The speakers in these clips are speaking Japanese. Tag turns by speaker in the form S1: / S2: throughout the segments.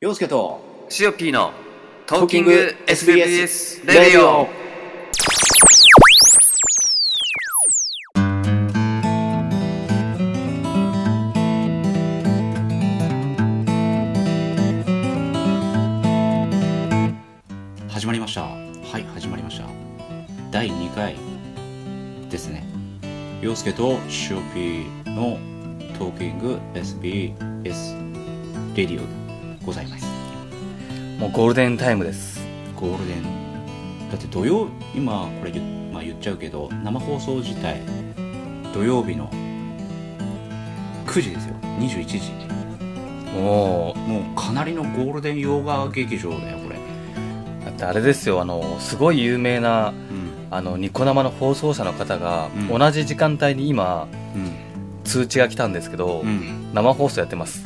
S1: 洋介と、
S2: シオピーのト
S1: ー
S2: ー
S1: キ
S2: キ
S1: ン
S2: ン
S1: グ
S2: グ
S1: SBS
S2: SBS
S1: レ
S2: レ
S1: デ
S2: デ
S1: ィ
S2: ィ
S1: オ
S2: オ。
S1: 始まりました。はい、始まりました。第2回ですね。洋介とシオピーのトーキング SBS レディオでございます。
S2: もうゴールデンタイムです。
S1: ゴールデンだって土曜今これ言,、まあ、言っちゃうけど生放送自体土曜日の9時ですよ21時
S2: もう、
S1: もうかなりのゴールデン洋画劇場だよこれ、
S2: だってあれですよ、あの、すごい有名な、
S1: うん
S2: あの、ニコ生の放送者の方が、
S1: うん
S2: 同じ時間帯に今、
S1: うん
S2: 通知が来たんですけど、
S1: うん、
S2: 生放送やってます。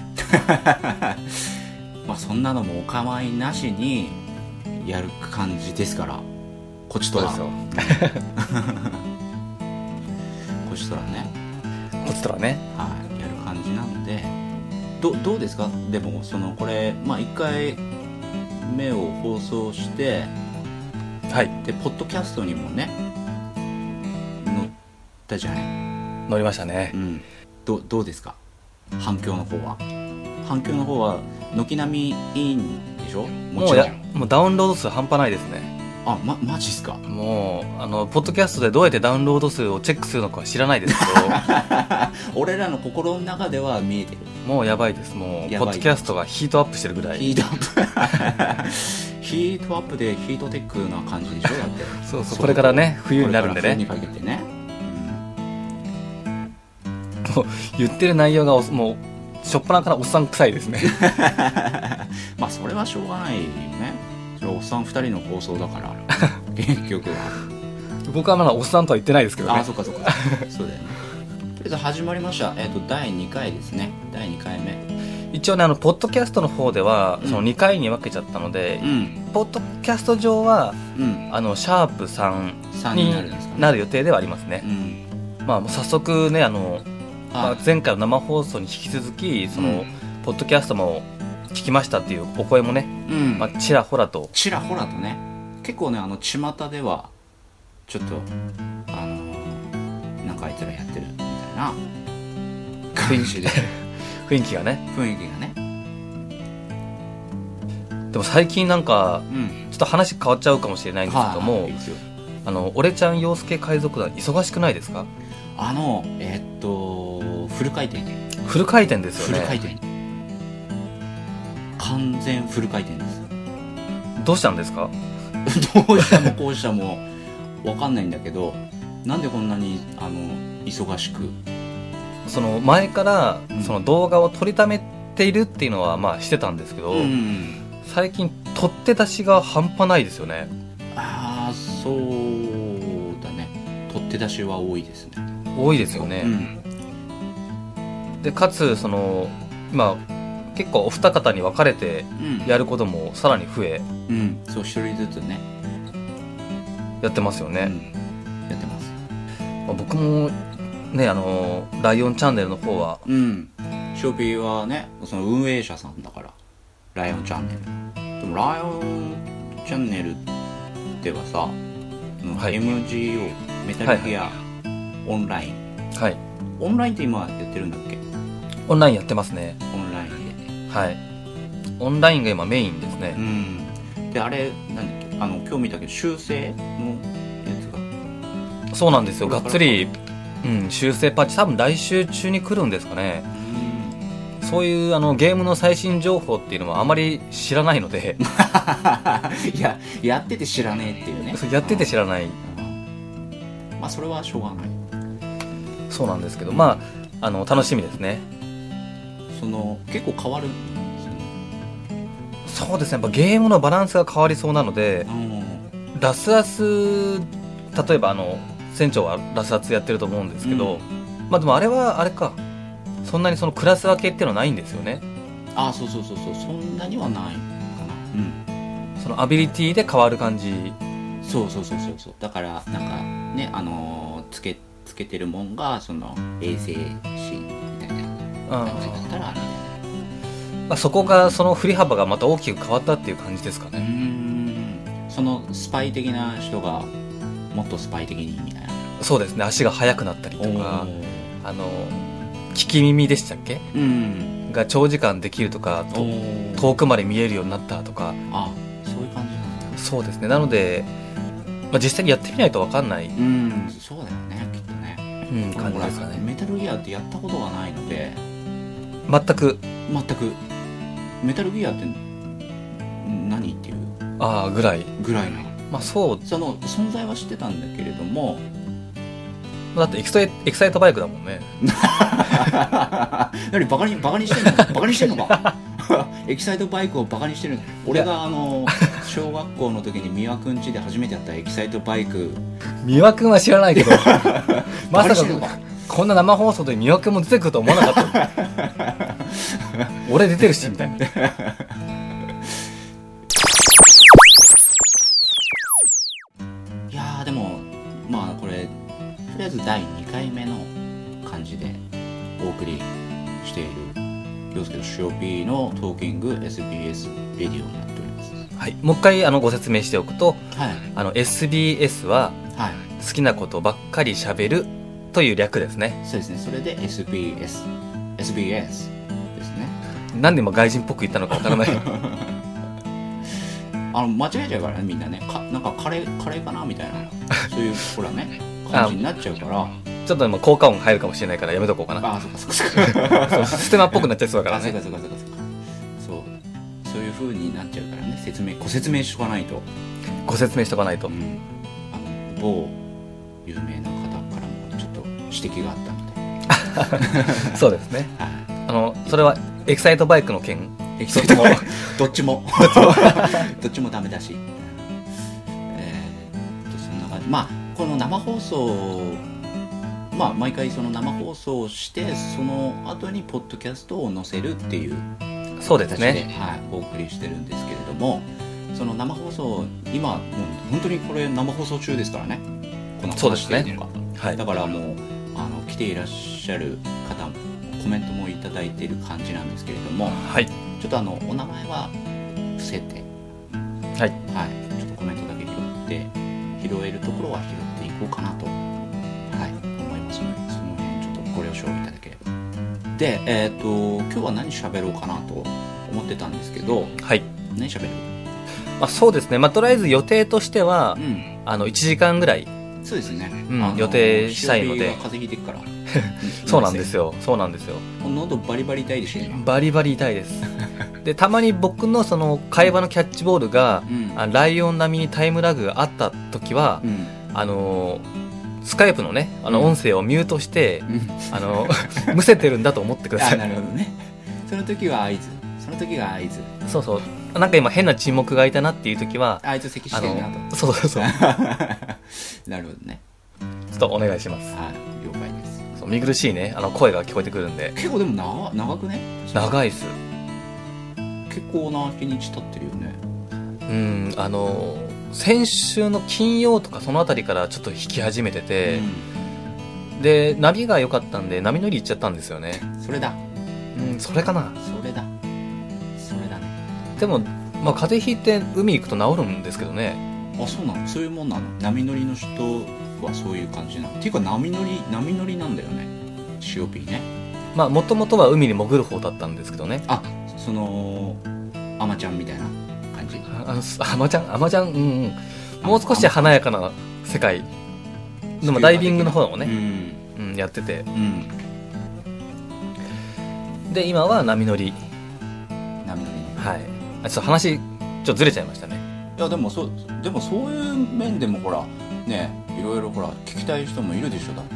S1: まあそんなのもお構いなしにやる感じですからこっちとら
S2: そう
S1: こ
S2: で
S1: っちとらね
S2: すよ。こっちとらね。
S1: はい、やる感じなんでどどうですかでもそのこれ、まあ、1回目を放送して
S2: はい、
S1: でポッドキャストにもね載ったじゃない、
S2: 乗りましたね
S1: う。ん、どどうですか反響の方は反響の方は軒並みいいんでしょも
S2: も
S1: ち
S2: う
S1: ろ
S2: や
S1: ん、
S2: もうダウンロード数半端ないですね。
S1: あまマジっすか
S2: もう、あの、ポッドキャストでどうやってダウンロード数をチェックするのかは知らないですけど、
S1: 俺らの心の中では見えてる
S2: もうやばいです。もう、
S1: やばい
S2: ポッドキャストがヒートアップしてるぐら
S1: ヒ
S2: い。
S1: ートアップ ヒートアップでヒートテックな感じでしょだって
S2: そうそう、これからね、冬になるんでね。
S1: これから冬にかけてね、
S2: 言ってる内容がおもう初っ端からおっさん臭いで すね
S1: まあそれはしょうがないよねそれはおっさん2人の放送だから 結局は
S2: 僕はまだおっさんとは言ってないですけど
S1: あ
S2: ね
S1: そっかそっ かそうだよねとりあえず始まりました、えっと第2回ですね第2回目
S2: 一応ねあのポッドキャストの方では、
S1: うん
S2: その2回に分けちゃったので、
S1: ん
S2: ポッドキャスト上は
S1: うん
S2: あのシャープ3
S1: 3に
S2: に
S1: なるんですかね
S2: なる予定ではあります
S1: う
S2: ね、
S1: ん
S2: まあもう早速ねあの、ま
S1: あ
S2: あ、前回の生放送に引き続きその、
S1: うん
S2: ポッドキャストも聞きましたっていうお声もね、
S1: うん、
S2: まあ、ちらほらと
S1: ちらほらとね結構ねあの巷ではちょっとあのなんかあいつらやってるみたい な感じで
S2: 雰囲気がね
S1: 雰囲気がね
S2: でも最近なんか
S1: うん
S2: ちょっと話変わっちゃうかもしれないんですけど
S1: は
S2: も、
S1: いいいですよ
S2: あの俺ちゃん洋介海賊団忙しくないですか
S1: あのえーっとフル回転
S2: フル回転です
S1: フ
S2: よ
S1: ル回
S2: ね
S1: 転完全フル回転です
S2: どうしたんですか
S1: どうしたもこうしたもわかんないんだけどなんでこんなにあの忙しく
S2: その前から
S1: うん
S2: その動画を撮りためているっていうのはまあしてたんですけど、
S1: うん
S2: 最近撮って出しが半端ないですよね
S1: ああそうだね取って出しは多いですね
S2: 多いですよ
S1: う
S2: ね、
S1: ん
S2: でかつその今結構お二方に分かれて
S1: うん
S2: やることもさらに増え
S1: うんそう一人ずつね
S2: やってますよ
S1: う
S2: ね、
S1: んやってます
S2: まあ僕もねあのライオンチャンネルの方は
S1: うんショーピーはねその運営者さんだからライオンチャンネルでもライオンチャンネルではさ、うん
S2: はい
S1: MGO メタルギア、オンライン
S2: はい
S1: オンラインって今やってるんだっけ
S2: オンラインやってますね
S1: オンラインで
S2: はいオンラインが今メインですね、
S1: うんであれなんだっけあの今日見たけど修正のやつが
S2: そうなんですよ、
S1: だ
S2: が
S1: か
S2: っ
S1: ら
S2: つり、うん、修正パッチ、多分来週中に来るんですかね、そういうあのゲームの最新情報っていうのはあまり知らないので、
S1: いややってて知らねえっていうね
S2: そうやってて知らない、
S1: うんまあそれはしょうがない
S2: そうなんですけど、まあ、あの楽しみですね、
S1: その結構変わるんですよね
S2: そうですね、やっぱゲームのバランスが変わりそうなので、
S1: うん
S2: ラスアス、例えばあの船長はラスアスやってると思うんですけど、
S1: うん
S2: まあ、でもあれはあれか、そんなにそのクラス分けっていうのはないんですよね、
S1: あそうそうそうそうそんなにはないかなう
S2: そのアビリティで変わる感じ、
S1: んそうそうそうそうそうだからなんかねあのーつけつけてるもんがその衛星シーンみたいな
S2: うん
S1: 感じだったらあれだよね
S2: まあ、そこがその振り幅がまた大きく変わったっていう感じですか
S1: うー
S2: ね
S1: んそのスパイ的な人がもっとスパイ的にみたいな
S2: そうですね足が速くなったりとかあの聞き耳でしたっけ
S1: うん
S2: が長時間できるとかと遠くまで見えるようになったとか
S1: あそういう感じなんだ
S2: そうですねなので、まあ、実際にやってみないと分かんない、
S1: うんそうだよねきっとね
S2: うん、感じですか
S1: 俺も
S2: ね
S1: メタルギアってやったことがないので
S2: 全く
S1: 全くメタルギアって何っていう
S2: ああぐらい
S1: ぐらいの
S2: まあそう
S1: その存在は知ってたんだけれども
S2: だってエキサイエキサイトバイクだもんね
S1: 何バカにバカにしてんのバカにしてんのか エキサイトバイクをバカにしてる俺があの小学校の時に三輪くん家で初めてやったエキサイトバイク
S2: 三輪君は知らないけ どまさ
S1: バカにしてんの
S2: かこんな生放送で三輪君も出てくると思わなかった 俺出てるしみたいな
S1: いやーでもまあこれとりあえず第2回目の感じでお送りしている陽介と塩 P のトーキング SBS レディオになっております
S2: はい、もう一回あのご説明しておくと
S1: はい
S2: あの SBS は
S1: はい
S2: 好きなことばっかりしゃべるという略ですね
S1: そうですねそれで SBS SBS ですね
S2: なんで今外人っぽく言ったのかわから ない
S1: あの間違えちゃうからねみんなねかなんかカレーカレーかなみたいなそういうほら ね感じになっちゃうから
S2: ちょっと今効果音入るかもしれないからやめとこうかな
S1: ああそっかそっかそっか
S2: そうステマっぽくなっちゃいそうだから
S1: あそう
S2: ね
S1: かそうかそうかそうかそうそういう風になっちゃうからね説明ご説明しとかないと
S2: ご説明しとかないと
S1: うん、あの某有名な方からもちょっと指摘があったので
S2: そうですねあのそれはエキサイトバイクの件
S1: エキ
S2: そ
S1: サ
S2: れ
S1: イ
S2: と
S1: ト
S2: も
S1: バイどっち もどっちもダメだし、えーっとそんな感じまあこの生放送まあ毎回その生放送をしてその後にポッドキャストを載せるっていう
S2: そうです
S1: 形で、
S2: ね
S1: はい、お送りしてるんですけれどもその生放送今もう本当にこれ生放送中ですからねこの
S2: そうですね
S1: 話していいのか
S2: はい
S1: だからもうあの来ていらっしゃる方もコメントもいただいている感じなんですけれども
S2: はい
S1: ちょっとあのお名前は伏せて、
S2: はい
S1: はい、ちょっとコメントだけ拾って拾えるところは拾っていこうかなと、はい、思いますのでその辺ちょっとご了承いただければでえっ、と今日は何喋ろうかなと思ってたんですけど
S2: はい、
S1: 何喋る
S2: まあ、そうですねまあとりあえず予定としては
S1: うん
S2: あの1時間ぐらい
S1: そうですね、
S2: うん
S1: あの
S2: 予定したいので
S1: 塩ビーは風邪ひいてっから
S2: そうなんです
S1: よ
S2: よそうなんですよ
S1: 喉バリバリ痛いでしょ今
S2: バリバリ痛いですでたまに僕のその会話のキャッチボールが
S1: うん
S2: あライオン並みにタイムラグがあった時は、
S1: うん
S2: あのースカイプのねあの
S1: うん
S2: 音声をミュートして、
S1: うん
S2: あの むせてるんだと思ってくださ
S1: あ
S2: い
S1: なるほどねその時は合図その時が合図
S2: そうそうなんか今変な沈黙がいたなっていう時は
S1: 合図席し
S2: あ
S1: てるな
S2: のそうそうそうちょ
S1: と なるほどね
S2: っとお願いします
S1: はい了解です
S2: そう見苦しいねあの声が聞こえてくるんで
S1: 結構でも長長くね
S2: 長いっす
S1: 結構な日にち経ってるよね
S2: うんあのー先週の金曜とかそのあたりからちょっと弾き始めてて、で波が良かったんで波乗り行っちゃったんですよね
S1: うんそれだ
S2: うんそれかな
S1: それだそれだね
S2: でも、まあ、風邪ひいて海行くと治るんですけどね
S1: あそうなのそういうもんなの波乗りの人はそういう感じなのっていうか波乗り波乗りなんだよね COP ね
S2: まあもともとは海に潜る方だったんですけどね
S1: あそのアマちゃんみたいな感じ
S2: ああのすあまちゃんあまちゃんうんうんもう少し華やかな世界でもダイビングの方もね、うんやってて
S1: うん、うん、
S2: で今は波乗り
S1: 波乗りね
S2: はいあちょっと話ちょっとずれちゃいましたね
S1: いやでもそうでもそういう面でもほらねいろいろほら聞きたい人もいるでしょだって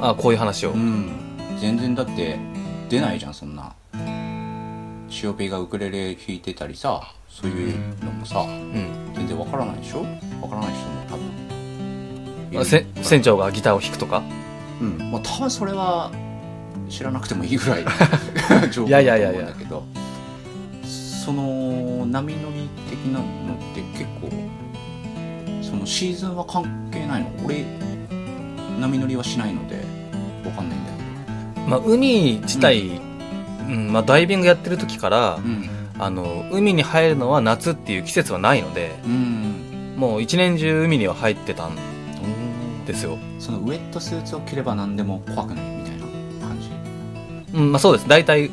S2: あこういう話を、
S1: うん全然だって出ないじゃんそんな塩ペイがウクレレ弾いてたりさそういうのもさ
S2: うん
S1: 全然わからないでしょわからない人も多分い
S2: あ
S1: る
S2: せ船長がギターを弾くとか
S1: うんまあ多分それは知らなくてもいいぐ らい情報
S2: い
S1: だ
S2: やい
S1: と
S2: やいや
S1: 思
S2: いや
S1: うんだけどその波乗り的なのって結構そのシーズンは関係ないの俺波乗りはしないのでわかんないんだけど
S2: まあ、海自体、うんうんまあ、ダイビングやってる時から
S1: う、ん
S2: あの海に入るのは夏っていう季節はないので
S1: うん
S2: もう一年中海には入ってたんですよ、
S1: そのウェットスーツを着れば何でも怖くないみたいな感じ
S2: うんまあ、そうです大体、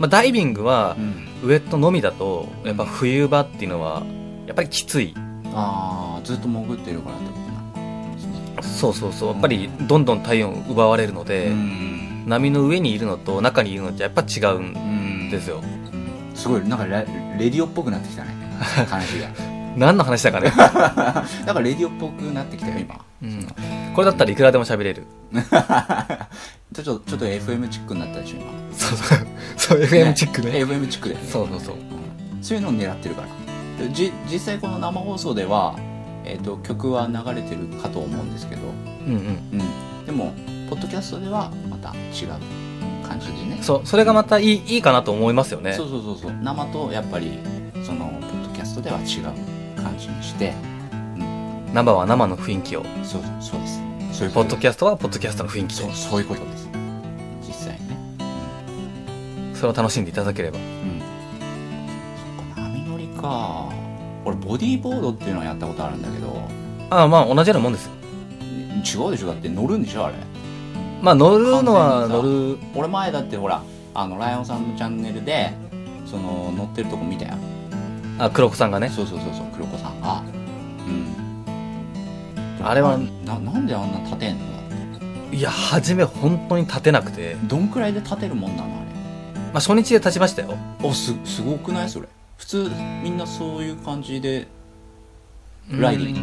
S2: まあ、ダイビングは
S1: うん
S2: ウエットのみだとやっぱ冬場っていうのはやっぱりきつい
S1: ああずっと潜ってるからってことなのか
S2: そうそうそうやっぱりどんどん体温奪われるので、
S1: うん
S2: 波の上にいるのと中にいるのってやっぱ違うん
S1: うん
S2: ですよ
S1: すごいなんかレレディオっぽくなってき たね話が
S2: 何の話だかね、
S1: なんかレディオっぽくなってきたよ今
S2: うん、これだったらいくらでも喋れる
S1: ちょっとちょっと FM チックになったでしょ今
S2: そうそうそう FM チックね
S1: FM チックだよね
S2: そうそうそう
S1: そういうのを狙ってるからでじ実際この生放送では、えー、と曲は流れてるかと思うんですけど、
S2: うんうん
S1: うん、でもポッドキャストではまた違う感じでね
S2: そうそれがまたいいいいかなと思いますよね
S1: そうそうそうそう生とやっぱりそのポッドキャストでは違う感じにして
S2: 生は生の雰囲気を
S1: そうそうですそういう
S2: ポ
S1: こ
S2: ッ
S1: と
S2: ドキャストはポッドキャストの雰囲気
S1: そう
S2: を
S1: そういうことです実際ね
S2: それを楽しんでいただければ
S1: うんそっか波乗りか俺ボディーボードっていうのはやったことあるんだけど
S2: ああまあ同じようなもんですよ
S1: 違うでしょだって乗るんでしょあれ
S2: まあ乗るのは
S1: 完全にさ
S2: 乗る
S1: 俺前だってほらあのライオンさんのチャンネルでその乗ってるとこ見たよ
S2: あ黒子さんがね
S1: そうそうそうそう黒子さんがうん
S2: あれは
S1: ななんであんな立てんの
S2: いや初め本当に立てなくて、
S1: どんくらいで立てるもんなのあ
S2: まあ、初日で立ちましたよ
S1: れおすすごくないそれ普通みんなそういう感じで
S2: うん
S1: ライディング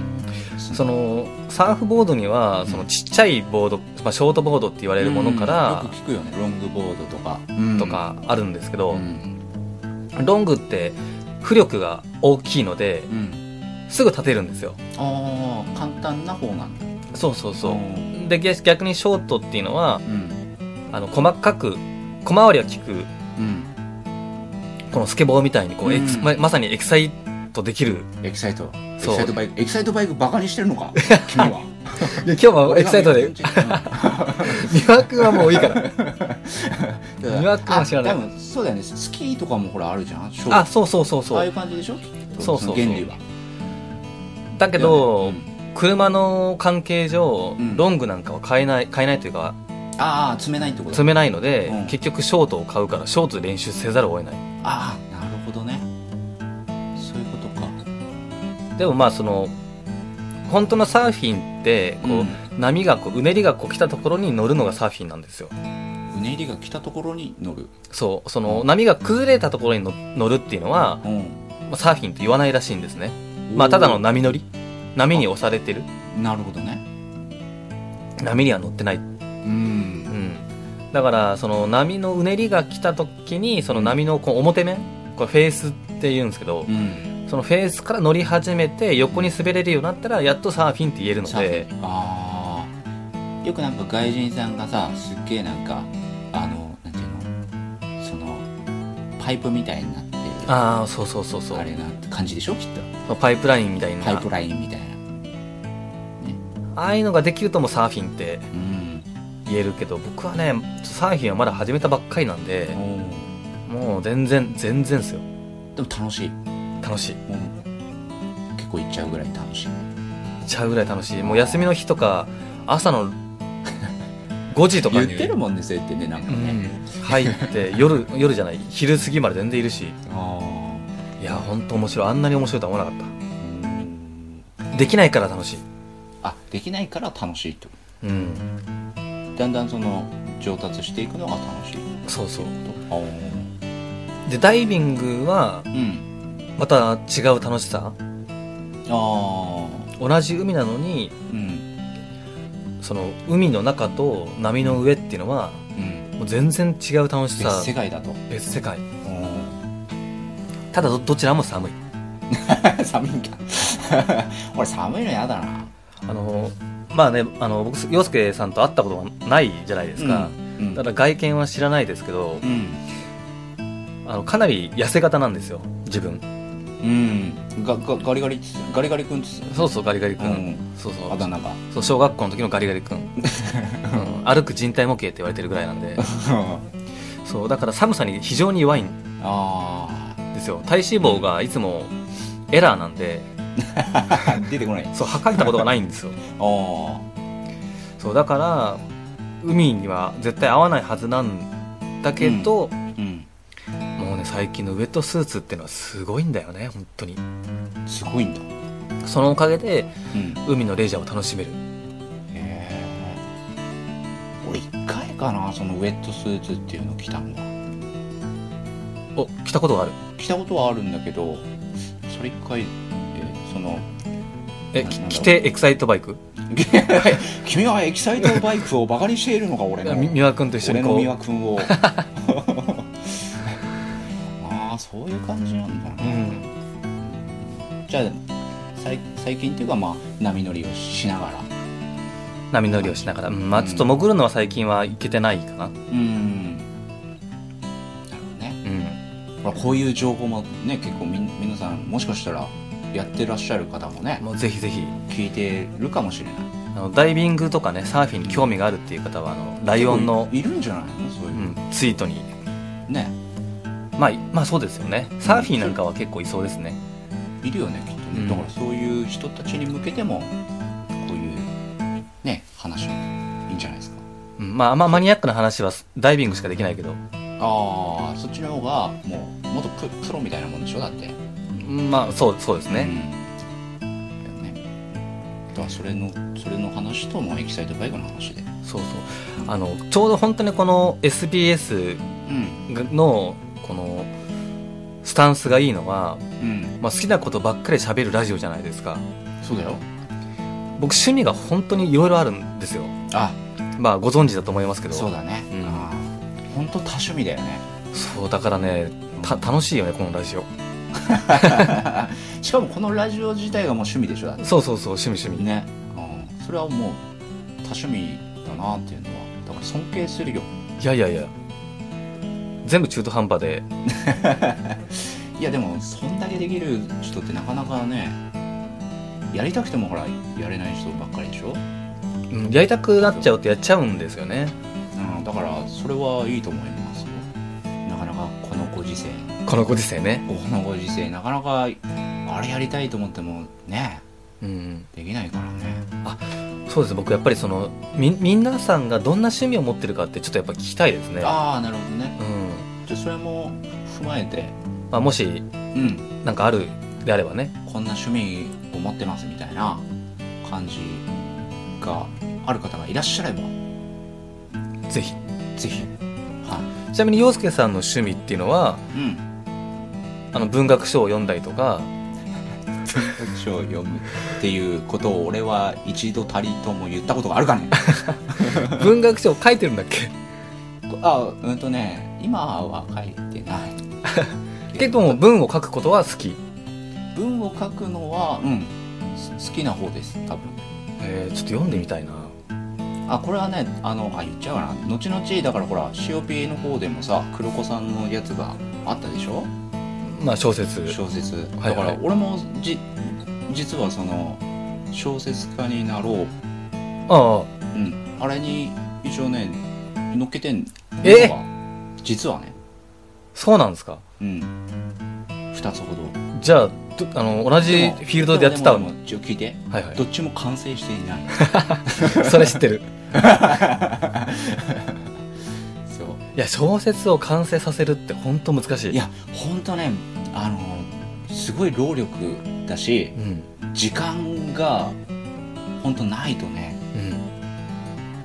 S2: そのサーフボードにはそのちっちゃいボード、まあ、ショートボードって言われるものか
S1: うんよ
S2: ら
S1: く聞くよねロングボードとか
S2: とかあるんですけ
S1: う
S2: ど、
S1: ん
S2: ロングって浮力が大きいので
S1: うん
S2: すぐ立てるんですよ
S1: ああ簡単な方なんだ
S2: そうそうそううんで逆逆にショートっていうのは
S1: うん
S2: あの細かく小回りが利く
S1: うん
S2: このスケボーみたいにこう、エクス
S1: うん
S2: ままさにエキサイトできる
S1: エキサイトエキ
S2: そう
S1: サイトバイクエキサイトバイクバカにしてるの か君は
S2: 今日はエキサイト
S1: う
S2: で
S1: ん
S2: 魅惑はもういいから魅惑は知らない
S1: あ多分そうだよねスキーとかもほらあるじゃんショー
S2: あそうそうそう
S1: ああ
S2: そ
S1: いう
S2: う
S1: 感じでしょきっと
S2: そうそうそう
S1: の原理は
S2: だけど、
S1: うん
S2: 車の関係上、
S1: うん
S2: ロングなんかは買えない買えないというか
S1: ああ詰めないってこと
S2: 積めないので、
S1: うん
S2: 結局ショートを買うからショートで練習せざるを得ない
S1: ああなるほどねそういうことか
S2: でもまあその本当のサーフィンってこう、
S1: うん
S2: 波がこううねりがこう来たところに乗るのがサーフィンなんですよ
S1: うねりが来たところに乗る
S2: そうその波が崩れたところにの乗るっていうのは、
S1: うん
S2: まあサーフィンと言わないらしいんですねまあただの波乗り波に押されてる
S1: なるほどね
S2: 波には乗ってない、
S1: うん
S2: うん、だからその波のうねりが来た時にその波のこう表面これフェースって言うんですけど、
S1: うん
S2: そのフェースから乗り始めて横に滑れるようになったらやっとサーフィンって言えるの
S1: サー
S2: で
S1: フィンああよくなんか外人さんがさすっげえなんかあのなんていうのそのパイプみたいになってる
S2: ああそうそうそうそう
S1: あれな感じでしょきっと
S2: パイプラインみたいな
S1: パイ
S2: あ
S1: プラインみたいな
S2: あいうのができるともうサーフィンって
S1: うん
S2: 言えるけど僕はねサーフィンはまだ始めたばっかりなんでもう全然全然ですよ
S1: でも楽しい
S2: 楽しい
S1: もう結構行っちゃうぐらい楽しい
S2: ちゃうぐらい楽しいもう休みの日とか 朝の5時とか
S1: 言っ
S2: に
S1: てるもんねそうやってねなんかね、
S2: うん、入って夜夜じゃない昼過ぎまで全然いるし
S1: あ
S2: いや本当面白いあんなに面白いとは思わなかっ
S1: あうん
S2: たできないから楽しい
S1: あできないから楽しいってこ
S2: うん
S1: とだんだんその上達していくのが楽しい
S2: そうそう
S1: ああ
S2: でダイビングは
S1: うん
S2: また違う楽し
S1: あ
S2: さ同じ海なのに
S1: あうん
S2: その海の中と波の上っていうのは
S1: うん
S2: もう全然違う楽しさ
S1: 別世界だと
S2: 別世界
S1: お
S2: ただどどちらも寒い
S1: ー寒いん か俺寒いの嫌だな
S2: あのまあねあの僕洋介さんと会ったことがないじゃないですか、
S1: うん
S2: ただ外見は知らないですけど
S1: うん
S2: あのかなり痩せ型なんですよ自分
S1: うんががガリガリって言ってたガリガリ君って言って
S2: そうそうガリガリ
S1: た
S2: 君、
S1: よ
S2: そう
S1: う
S2: そ
S1: ん
S2: う
S1: あだ名が
S2: そう小 学校の時のガリガリ君、うん、歩く人体模型って言われてるぐらいなんでそうだから寒さに非常に弱いん
S1: あ
S2: ですよ体脂肪がいつもエラーなんで
S1: あ 出てこないあ
S2: そう測れたことがない んですよ
S1: あ
S2: そうだから海には絶対合わないはずなんだけど、
S1: うん
S2: もうね最近のウェットスーツってのはすごいんだよね本当に
S1: すごいんだ
S2: そのおかげで
S1: うん
S2: 海のレジャーを楽しめる
S1: へえ俺一回かなそのウェットスーツっていうの着たのは
S2: お来たことがある
S1: 着たことはあるんだけどそれ一回えその
S2: え
S1: な
S2: き
S1: なんだろう
S2: 着てエクサイトバイク
S1: 君はエキサイトバイクをバカにしているのか俺の
S2: み美和君と一緒
S1: 俺
S2: に
S1: の
S2: こう
S1: 美和君 を ああそういう感じなんだな、
S2: うん、
S1: じゃあさい最近っていうかまあ波乗りをしながら
S2: 波乗りをしながら、うんまあ、
S1: うん
S2: ちょっと潜るのは最近は行けてないかな、うん
S1: うんなるほどねほらこういう情報もね結構みん皆さんもしかしたらやってらっしゃる方もね
S2: もうぜひぜひ
S1: 聞いてるかもしれない
S2: あのダイビングとかねサーフィンに興味があるっていう方はあのライオンの、
S1: いるんじゃないのそういうう、
S2: ん、ツイートに、
S1: ね
S2: まあ、まあそうですよねサーフィンなんかは結構いそうですね
S1: いるよねきっとね、
S2: うん
S1: だからそういう人たちに向けてもこういうね話もいいんじゃないですか
S2: うんまあ、あんまマニアックな話はダイビングしかできないけど、
S1: ああそっちの方がもう元ププロみたいなもんでしょだって
S2: うんまあそうそうですね、
S1: うんだよねだからそれのそれの話ともエキサイトバイクの話で
S2: そうそうあのちょうど本当にこの SBS
S1: うん
S2: のこのスタンスがいいのは、
S1: うん
S2: まあ、好きなことばっかり喋るラジオじゃないですか
S1: そうだよ
S2: 僕趣味が本当にいろいろあるんですよ
S1: あ
S2: まあご存知だと思いますけど
S1: そうだね、
S2: うん
S1: あーほんと多趣味だよね
S2: そうだからねた楽しいよねこのラジオ
S1: しかもこのラジオ自体がもう趣味でしょだって
S2: そうそうそう趣味趣味
S1: ね、うん、それはもう多趣味だなっていうのはだから尊敬するよ
S2: いやいやいや全部中途半端で
S1: いやでもそんだけできる人ってなかなかねやりたくてもほらやれない人ばっかりでしょ、
S2: うんやりたくなっちゃうとやっちゃうんですよね
S1: うん、だからそれはいいと思いますよなかなかこのご時世
S2: このご時世ね
S1: このご時世なかなかあれやりたいと思ってもね
S2: うん
S1: できないからね
S2: そうです僕やっぱりそのみ皆さんがどんな趣味を持ってるかってちょっとやっぱ聞きたいですね
S1: ああなるほどね
S2: うん
S1: じゃあそれも踏まえて
S2: まあ、もし
S1: うん
S2: なんかあるであればね
S1: こんな趣味を持ってますみたいな感じがある方がいらっしゃれば
S2: ぜひ
S1: ぜひは
S2: ちなみに洋介さんの趣味っていうのはい
S1: うん
S2: あの文学書を読んだりと か
S1: 書を読むっていうことを俺は一度たりとも言ったことがあるかね
S2: 文学書を書いてるんだっけ
S1: あうんとね今は書いてない
S2: 結構もう文を書くことは好き、
S1: 文を書くのはうんす好きな方です多分
S2: えー、ちょっと読んでみたいな
S1: あこれはねあのあ言っちゃうかな後々だからほら COP の方でもさ黒子さんのやつがあったでしょ
S2: まあ小説
S1: 小説
S2: は
S1: だ
S2: い
S1: か
S2: はい
S1: ら俺もじ実はその小説家になろう、
S2: ああ
S1: うん、あれに一応ね乗っけてんの
S2: え
S1: が実はね、
S2: そうなんですか
S1: うん、2つほど
S2: じゃあどあの同じフィールドでやってた
S1: も
S2: の
S1: もも一応聞いて
S2: はいは
S1: どっちも完成していない
S2: い それ知ってる
S1: そう
S2: いや小説を完成させるって本当難しい
S1: いやほんとねあのすごい労力だし
S2: うん
S1: 時間がほんとないとね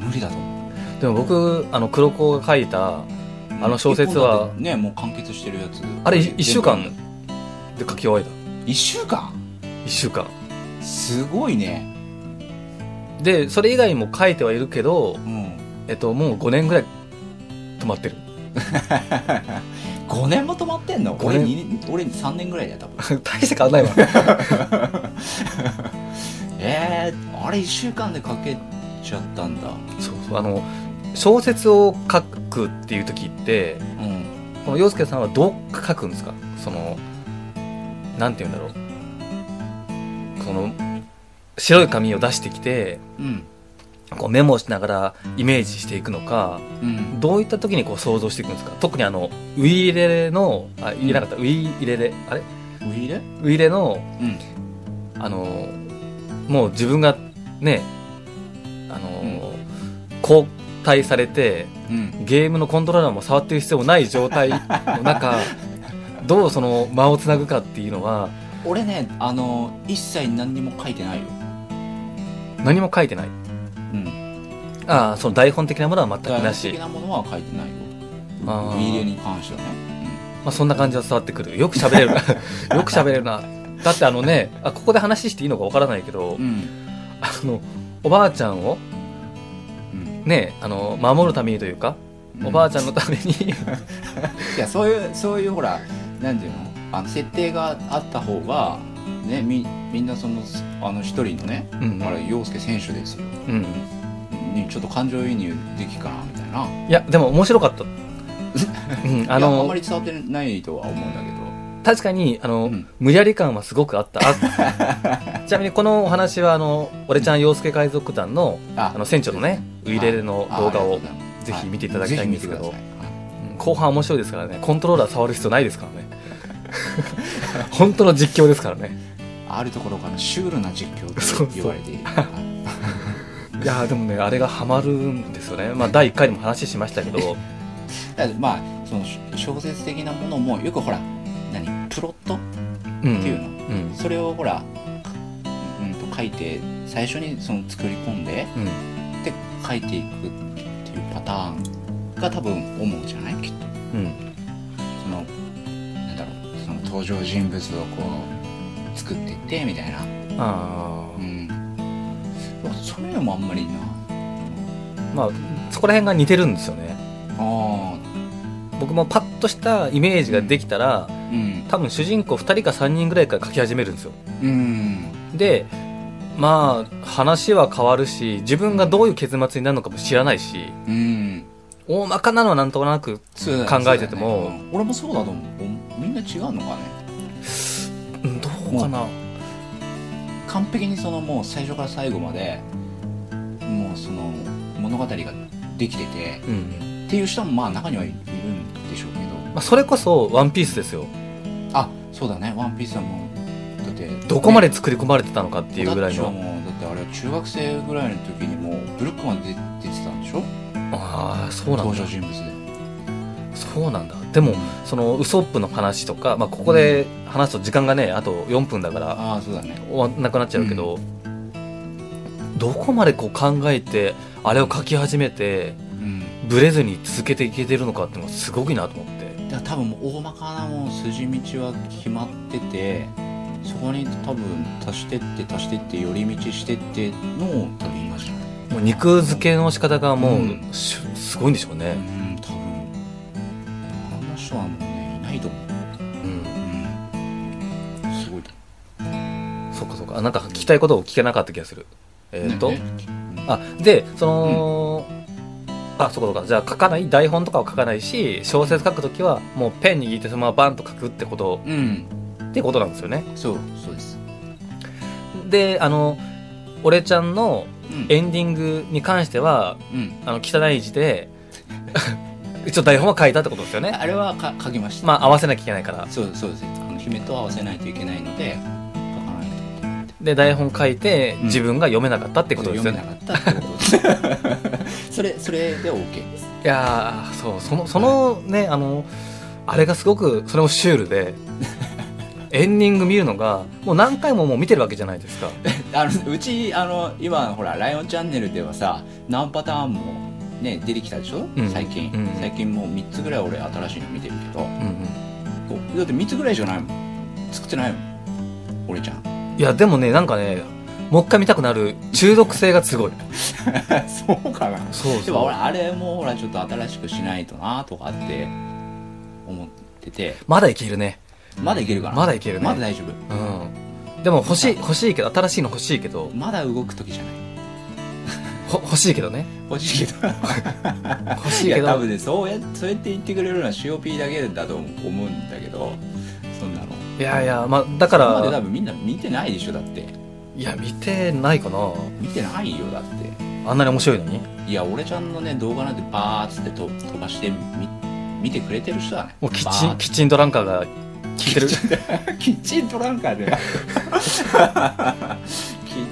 S2: うん
S1: 無理だと思う
S2: でも僕あの黒子が書いたあの小説
S1: 一
S2: は
S1: 本だってねもう完結してるやつ
S2: あれ1週間で書き終えた
S1: 1週間
S2: 1週間
S1: すごいね、
S2: でそれ以外も書いてはいるけど
S1: うん、
S2: えっともう5年ぐらい止まってる
S1: 5年も止まってんの
S2: 五
S1: 俺
S2: 年
S1: 二年俺3年ぐらいだよ多分
S2: 大して変わんないわ
S1: えー、あれ1週間で書けちゃったんだ
S2: そうそうあの小説を書くっていう時って
S1: うん
S2: この洋介さんはどう書くんですかそのなんて言うんだろうこの白い紙を出してきて
S1: うん
S2: こうメモしながらイメージしていくのか
S1: うん
S2: どういった時にこう想像していくんですか特にあのウイイレレのあ言えなかった、ウイイレレあれ
S1: ウィーレ
S2: ウイイレの
S1: うん
S2: あのもう自分がねあの、交代されて
S1: うん
S2: ゲームのコントローラーも触ってる必要もない状態の中どうその間をつなぐかっていうのは
S1: 俺ねあの一切何にも書いてないよ
S2: 何も書いてない
S1: うん
S2: ああその台本的なものは全く
S1: 具
S2: な
S1: 体
S2: し
S1: 的なものは書いてないよウ
S2: あー
S1: ィーレに関してはね
S2: まあ、そんな感じは伝わってくるよく喋 れるよく喋れるなだってあのねあここで話していいのかわからないけど、
S1: うんうん
S2: あのおばあちゃんを
S1: うん
S2: ねあの守るためにというか、おばあちゃんのため に
S1: いやそういうそういうほら何ていうのあの設定があった方がねみみんなそのあの一人のね
S2: うん
S1: あれ陽介選手ですよ
S2: うん
S1: にちょっと感情移入できっかなみたいない
S2: やでも面白か った、うん、あ
S1: いやあん
S2: の
S1: まり伝わってないとは思うんだけど
S2: 確かにあの、
S1: うん
S2: 無理やり感はすごくあったあ ちなみにこのお話はあの俺ちゃん洋介海賊団の
S1: あ
S2: あの船長のねウイレレの動画をぜひ見ていただきたいんですけど、うん後半面白いですからねコントローラー触る必要ないですからね 本当の実況ですからね
S1: あるところからシュールな実況
S2: そう
S1: と
S2: そう
S1: 言われている
S2: いやーでもねあれがハマるんですよねまあ第1回でも話しましたけど
S1: だからまあその小説的なものもよくほら何プロット
S2: うん
S1: っていうの、
S2: うん
S1: それをほら、うん、と書いて最初にその作り込んで
S2: うん
S1: で書いていくっていうパターンが多分思うじゃないきっと
S2: うん
S1: そのなんだろうその登場人物をこう作っていってみたいな、
S2: あ
S1: う
S2: ー
S1: ん、そういうのもあんまりな
S2: まあそこら辺が似てるんですよね
S1: あ
S2: 僕もパッとしたイメージができたら
S1: あうん
S2: 多分主人公2人か3人ぐらいから書き始めるんですよ
S1: うん
S2: でまあ話は変わるし自分がどういう結末になるのかも知らないし
S1: うん
S2: 大まかなのはなんとなく
S1: そうだね
S2: 考えてて
S1: そう
S2: も
S1: だねうん俺もそうだと思うみんな違うのかね
S2: うんどうかな
S1: 完璧にそのもう最初から最後までもうその物語ができてて
S2: うん
S1: っていう人もまあ中にはいるんでしょうけど
S2: まあ、それこそ「ワンピースですよ
S1: あそうだね「ワンピースはもうだって
S2: どこま
S1: でっ
S2: で作り込まれてたのかっていうぐらいの、
S1: もうだってあれ中学生ぐらいの時にもうブルックマン出出てたんでしょ
S2: ああそうなん
S1: 登
S2: だ
S1: 場人物で
S2: そうなんだでもそのウソップの話とか、まあ、ここで話すと時間がねあと4分だから
S1: ああそうだね
S2: 終わんなくなっちゃうけど、どこまでこう考えてあれを書き始めて
S1: うん
S2: ブレずに続けていけてるのかっていうのがすごいなと思って
S1: だから多分もう大まかなもう筋道は決まっててそこに多分足してって足してって寄り道してってのを多分今じゃない
S2: もう肉付けの仕方がも
S1: う
S2: う、
S1: ん
S2: しすごいんでしょう
S1: う
S2: ね、
S1: ん多分あの人はもうねいないと思う、
S2: うん、
S1: うん、すごいと
S2: そっかそっかあなんか聞きたいことを聞けなかった気がするえ
S1: 思
S2: っ、
S1: う
S2: と、
S1: ね
S2: あでその、あそこかじゃあ書かない台本とかは書かないし小説書くときはもうペン握ってそのままバンと書くってこと
S1: うん
S2: ってことなんですよね
S1: そうそうです
S2: であの俺ちゃんの
S1: うん
S2: エンディングに関しては
S1: うん
S2: あの汚い字で 一応台本は書いたってことですよね
S1: あれはか書きました、
S2: まあ合わせなきゃいけないから
S1: そうそうですあの姫と合わせないといけないので書かないと
S2: で台本書いて
S1: うん
S2: 自分が読めなかったってことですよ
S1: 読め
S2: ね、
S1: なかったってことです それそれで OK です
S2: いやーそうそのそのねあのあれがすごくそれもシュール でエンディング見るのがもう何回ももう見てるわけじゃないですか
S1: あのうちあの今ほら「ライオンチャンネル」ではさ何パターンも、ね、出てきたでしょ、
S2: うん
S1: 最近、
S2: うん
S1: 最近もう3つぐらい俺新しいの見てるけど
S2: うん
S1: こうだって3つぐらいじゃないもん作ってないもん俺 ちゃん
S2: うんいやでもねなんかねもう一回見たくなる中毒性がすごい
S1: そうかな
S2: そう
S1: でも
S2: そう
S1: 俺あれもほらちょっと新しくしないとなとかって思ってて
S2: まだいけるね
S1: まだいけるかな
S2: まだいけるね
S1: まだ大丈夫
S2: うんでも欲しい欲しいけど新しいの欲しいけど
S1: まだ動く時じゃない
S2: ほ欲しいけど ね
S1: 欲しいけど
S2: 欲し
S1: い
S2: いけ
S1: や多
S2: ど
S1: 分ねそうやそうやって言ってくれるのは COP だけだと思うんだけどそんなの
S2: いやいやまあだか
S1: 今まで多
S2: ら
S1: 分みんな見てないでしょだって
S2: いや見てないかない
S1: 見てないよだって
S2: あんなに面白いのに
S1: いや俺ちゃんのね動画なんてバーッつってと飛ばしてみ見てくれてる人はね
S2: もうキッ
S1: バ
S2: チ
S1: ー
S2: ンキッチンドランカーが聞 いてる
S1: ッ キッチンドランカーでキッ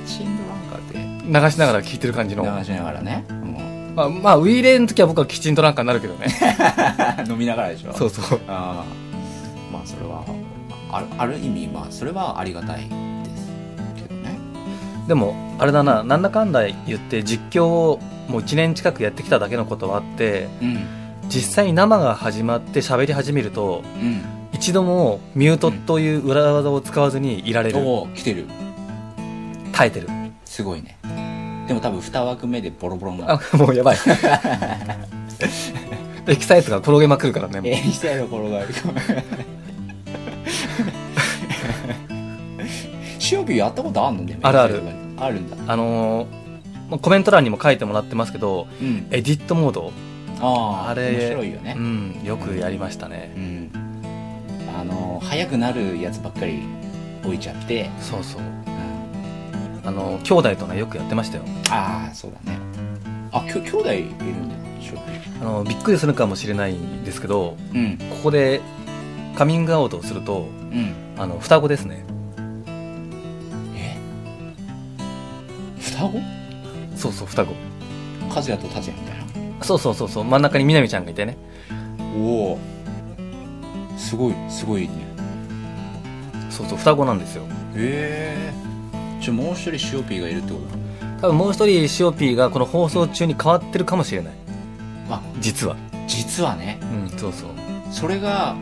S1: チンドランカーで
S2: 流しながら聞いてる感じの、
S1: 流しながらねも
S2: まあ、まあウィーレンの時は僕はキッチンドランカーになるけどね
S1: う飲みながらでしょ
S2: そうそう
S1: ああまあそれはあるある意味まあそれはありがたいですけどね
S2: でもあれだななんだかんだ言って実況をもう1年近くやってきただけのことはあって
S1: うん
S2: 実際に生が始まって喋り始めると
S1: うん
S2: 一度もミュートという裏技を使わずにいられる、
S1: おお来てる
S2: 耐えてる
S1: すごいねでも多分2枠目でボロボロになる
S2: あもうやばい エキサイトが転げまくるからねもう
S1: ええしたいところ があるかも塩ビやったことあんのね
S2: あるある
S1: あるんだ
S2: あのーまあコメント欄にも書いてもらってますけど
S1: うん
S2: エディットモード、
S1: ああ
S2: あれ
S1: 面白いよね
S2: うん、よくやりましたね
S1: うんあの早くなるやつばっかり置いちゃって、
S2: そうそう
S1: うん
S2: あの兄弟とねよくやってましたよ
S1: ああそうだねあきょ兄弟いるんだ塩ビ
S2: あのびっくりするかもしれないんですけど
S1: うん
S2: ここでカミングアウトをすると
S1: うん
S2: あの双子ですね
S1: え双子
S2: そうそう双子
S1: 和也と達也みたいな
S2: そうそうそうそう真ん中にみなみちゃんがいてね
S1: おおすごいすごいね
S2: そうそう双子なんですよ
S1: へえじゃあもう一人塩ピーがいるってことだ
S2: 多分もう一人シオピーがこの放送中に変わってるかもしれない
S1: あ
S2: 実は
S1: 実はね
S2: うんそうそう
S1: それが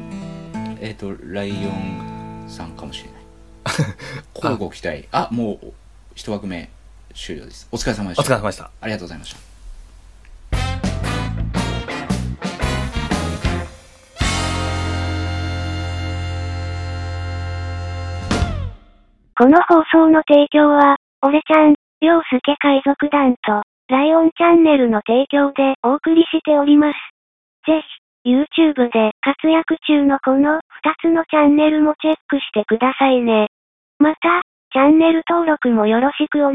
S1: えっ、とライオンさんかもしれない 交互期待あもう一枠目終了ですお疲れ様で
S2: お
S1: し
S2: 疲れ
S1: た
S2: 様でした
S1: ありがとうございました
S3: この放送の提供は、俺ちゃん、洋介海賊団と、ライオンチャンネルの提供でお送りしております。ぜひ、YouTube で活躍中のこの2つのチャンネルもチェックしてくださいね。また、チャンネル登録もよろしくお